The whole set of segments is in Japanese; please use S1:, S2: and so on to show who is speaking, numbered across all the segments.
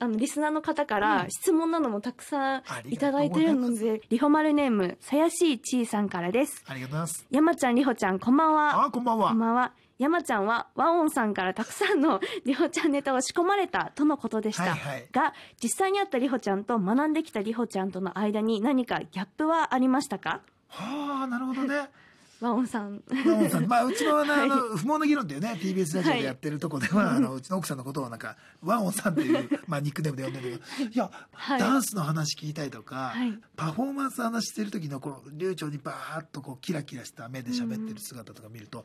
S1: あのリスナーの方から質問などもたくさん
S2: あり
S1: い
S2: が
S1: た
S2: とうご
S1: だ
S2: ざ
S1: い
S2: いま
S1: て
S2: す
S1: るので、リホマルネームさやしいちいさんからです。
S2: ありがとうございます。
S1: 山ちゃん、リホちゃん、こんばんは。
S2: あ、こんばん
S1: こん
S2: は。
S1: ばんは。山ちゃんは和音さんからたくさんの リホちゃんネタを仕込まれたとのことでした、
S2: はいはい
S1: が実際にあったリホちゃんと学んできたリホちゃんとの間に何かギャップはありましたか
S2: はあ、なるほどね。
S1: 和音さん
S2: ナモンさん、まあ、うちの、ね、あの、不毛の議論っていうね、TBS ラジオでやってるとこでは、あの、うちの奥さんのことをなんか、ワンオンさんっていう、まあ、ニックネームで呼んでるんだけど、いや、
S1: はい
S2: ダンスの話聞いたりとか、
S1: はい
S2: パフォーマンスの話してる時の、こう、流暢にバーッとこう、キラキラした目で喋ってる姿とか見ると、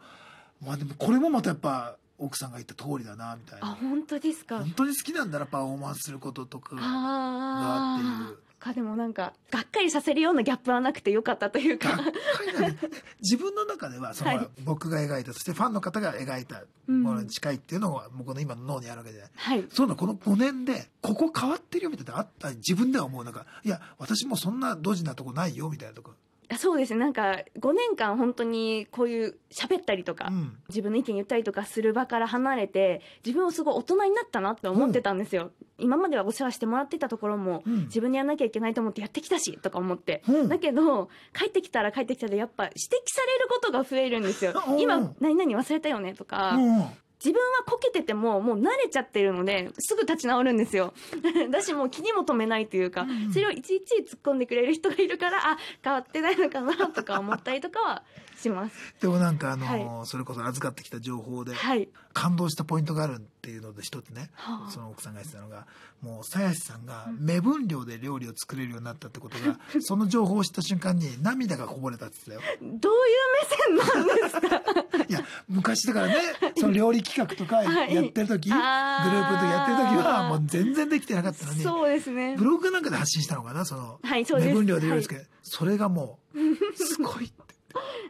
S2: まあ、でもこれもまたやっぱ、奥さんが言った通りだな、みたい
S1: あ
S2: な。
S1: 本当ですか
S2: 本当に好きなんだな、パフォーマンスすることとか。
S1: あ
S2: なってい
S1: ー
S2: う
S1: かでもなんかがっかりさせるようなギャップはなくてよかったという
S2: がっ
S1: か
S2: かりだね 自分の中ではその、
S1: はい
S2: 僕が描いたそしてファンの方が描いたものに近いっていうのが、僕の今の脳にあるわけで
S1: はい
S2: そういうのこの5年でここ変わってるよみたいなのあった自分では思うなんかいや私もそんなドジなとこないよみたいなとこ、
S1: あそうですねなんか5年間本当にこういう喋ったりとか、
S2: うん、
S1: 自分の意見言ったりとかする場から離れて自分をすごい大人になったなって思ってたんですよ、今まではお世話してもらってたところも、
S2: うん
S1: 自分でやんなきゃいけないと思ってやってきたしとか思って、
S2: うん
S1: だけど帰ってきたら帰ってきたでやっぱ指摘されることが増えるんですよ
S2: あおう
S1: 今何々忘れたよねとか、
S2: うん
S1: 自分はこけててももう慣れちゃってるのですぐ立ち直るんですよ だしもう気にも留めないというか、
S2: うん
S1: それをいちいち突っ込んでくれる人がいるからあ変わってないのかなとか思ったりとかはします
S2: でもなんかあのー
S1: は
S2: それこそ預かってきた情報で
S1: はい
S2: 感動したポイントがあるっていうので一つね
S1: はあ
S2: その奥さんが言ってたのがもう鞘師さんが目分量で料理を作れるようになったってこと が、その情報を知った瞬間に涙がこぼれたって言ってたよ
S1: どういう目線なんですか
S2: いや昔だからねその料理企画とか
S1: はい
S2: やってる時、
S1: あー
S2: グループの時やってる時はもう全然できてなかったのに
S1: そうですね
S2: ブ。ログなんかで発信したのかなその
S1: はい、そうです。
S2: 目分量で言うんですけ
S1: はい
S2: ど、それがもうすごいって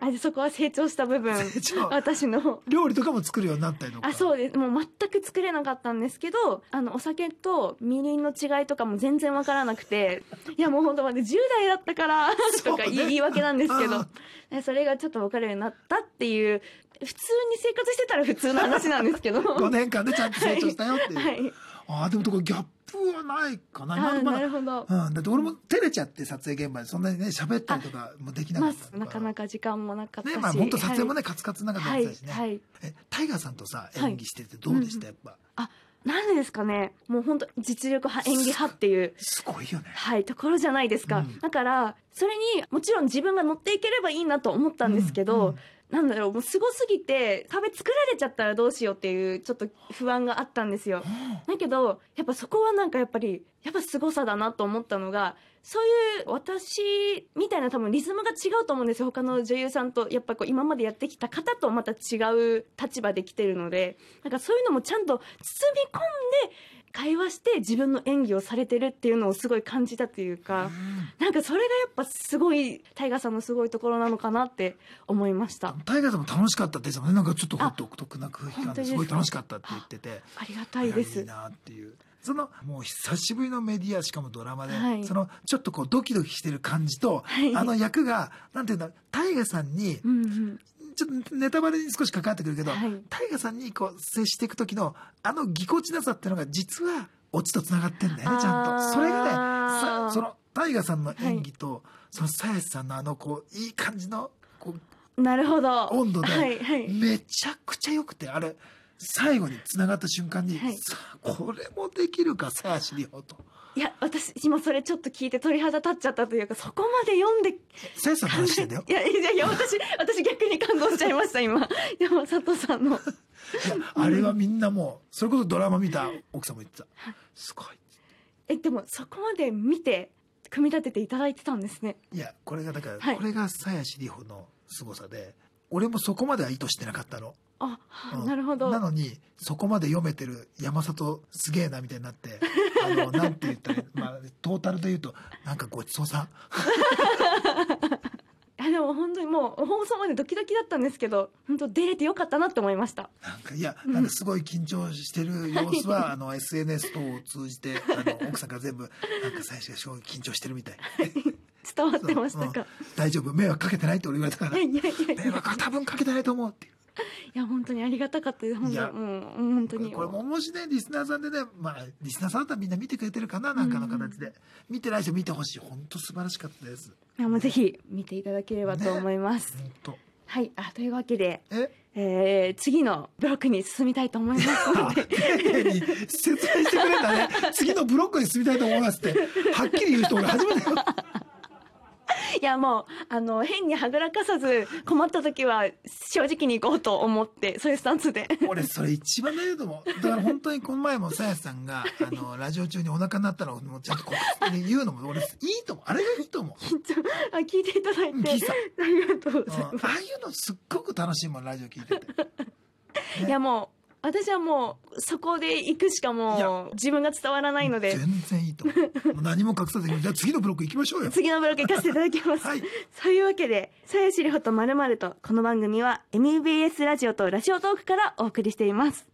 S1: あ、でそこは成長した部分。
S2: 成長
S1: 私の。
S2: 料理とかも作るようになったりとか
S1: あ、そうです。もう全く作れなかったんですけど、あの、お酒とみりんの違いとかも全然わからなくて、いや、もう本当まで10代だったから、
S2: そ
S1: と
S2: うね
S1: か言い言い訳なんですけ
S2: う
S1: ど
S2: ん、
S1: でそれがちょっとわかるようになったっていう、普通に生活してたら普通の話なんですけど。
S2: 5年間でちゃんと成長したよっていう、
S1: はい。
S2: ああでもとこれギャップはないかな今
S1: あ
S2: のま
S1: な
S2: だ
S1: るほど。
S2: うん、だって俺も照れちゃって撮影現場でそんなにね喋ったりとかもできなか
S1: ま
S2: った
S1: あ、なかな
S2: か
S1: か時間もなかったし。
S2: ねまあ本当撮影もね、
S1: ね、
S2: カツカツなかった
S1: はい、
S2: りしね、
S1: はい。
S2: えタイガーさんとさ
S1: はい
S2: 演技しててどうでした、やっぱ
S1: なんですかねもう本当実力派演技派っていう、
S2: すごいよね
S1: はい、ところじゃないですか、
S2: うん
S1: だからそれにもちろん自分が乗っていければいいなと思ったんですけど、
S2: うんうん
S1: なんだろうもうすごすぎて壁作られちゃったらどうしようっていうちょっと不安があったんですよだけどやっぱそこはなんかやっぱりやっぱ凄さだなと思ったのがそういう私みたいな多分リズムが違うと思うんですよ他の女優さんとやっぱこう今までやってきた方とまた違う立場で来てるのでなんかそういうのもちゃんと包み込んで会話して自分の演技をされてるっていうのをすごい感じたというかなんかそれがやっぱすごいタイガーさんのすごいところなのかなって思いました
S2: タイガーさんも楽しかったって言ってたもんねなんかちょっとこう独特な空気感
S1: 本当
S2: で
S1: です
S2: す
S1: か
S2: ごい楽しかったって言ってて
S1: ありがたいで
S2: やい
S1: す
S2: いなっていうそのもう久しぶりのメディアしかもドラマで、
S1: はい
S2: そのちょっとこうドキドキしてる感じと、
S1: はい
S2: あの役がなんていうんだタイガーさんに
S1: うんうん
S2: ちょっとネタバレに少し関わってくるけど、
S1: はい
S2: タイガさんにこう接していく時のあのぎこちなさっていうのが実はオチとつながってんだよねちゃん
S1: あ
S2: と
S1: ー
S2: それがねさそのタイガさんの演技と、そのさやしさんのあのこういい感じのこう
S1: なるほど
S2: 温度で
S1: はいはい
S2: めちゃくちゃ良くてあれ最後につながった瞬間に、
S1: はい
S2: さあこれもできるかさやしりほと
S1: いや私今それちょっと聞いて鳥肌立っちゃったというかそこまで読んで
S2: さやしさんの話してんだよ
S1: いやいやいや私私逆に感動しちゃいました今 山里さんの
S2: いや あれはみんなもうそれこそドラマ見た奥さんも言ってたすごい
S1: えでもそこまで見て組み立てていただいてたんですね
S2: いやこれがだから、
S1: はい
S2: これが鞘師里穂の凄さで俺もそこまでは意図してなかったの、
S1: あ、
S2: うん
S1: なるほど
S2: なのにそこまで読めてる山里すげえなみたいになって あのなんて言ったら、まあ、トータルで言うとなんかごちそうさん
S1: いやでも本当にもう放送までドキドキだったんですけど本当出れてよかったなって思いました
S2: なんかいやなんかすごい緊張してる様子は、あの SNS 等を通じてあ の奥さんが全部なんか鞘師がすごい緊張してるみたい
S1: 伝わってましたか、
S2: うん大丈夫迷惑かけてないって俺言われたから
S1: いやいやいやい
S2: 迷
S1: や
S2: 惑は多分かけてないと思うっていう
S1: いや本当にありがたかったです本
S2: い
S1: 当
S2: や
S1: にうん本当に
S2: これももしねリスナーさんでねまあリスナーさんだったらみんな見てくれてるかななんかの形で、見てない人見てほしい本当素晴らしかったです
S1: いやもうぜひ見ていただければと思います、
S2: 本当
S1: はいあというわけで、
S2: え
S1: えー、次のブロックに進みたいと思いますの
S2: あ
S1: で
S2: 丁寧に説明してくれたね次のブロックに進みたいと思いますってはっきり言う人俺初めて
S1: いやもうあの変にはぐらかさず困った時は正直に行こうと思ってそういうスタンスで
S2: 俺それ一番だけどもだから本当にこの前もさやさんがあのラジオ中にお腹になったのをもうちゃんとこう言うのも俺いいと思うあれがいいと思う
S1: あ聞いていただい
S2: うん
S1: て
S2: 聞いた
S1: ありがとうご
S2: うん
S1: ざいます
S2: ああいうのすっごく楽しいもんラジオ聞いててね
S1: いやもう私はもうそこで行くしか
S2: い
S1: も
S2: や
S1: う自分が伝わらないので
S2: 全然いいと思うもう何も隠さずにじゃあ次のブロック行きましょうよ
S1: 次のブロック行かせていただきます、
S2: はい
S1: そういうわけで「さやしりほとまるまるとこの番組は MBS ラジオとラジオトークからお送りしています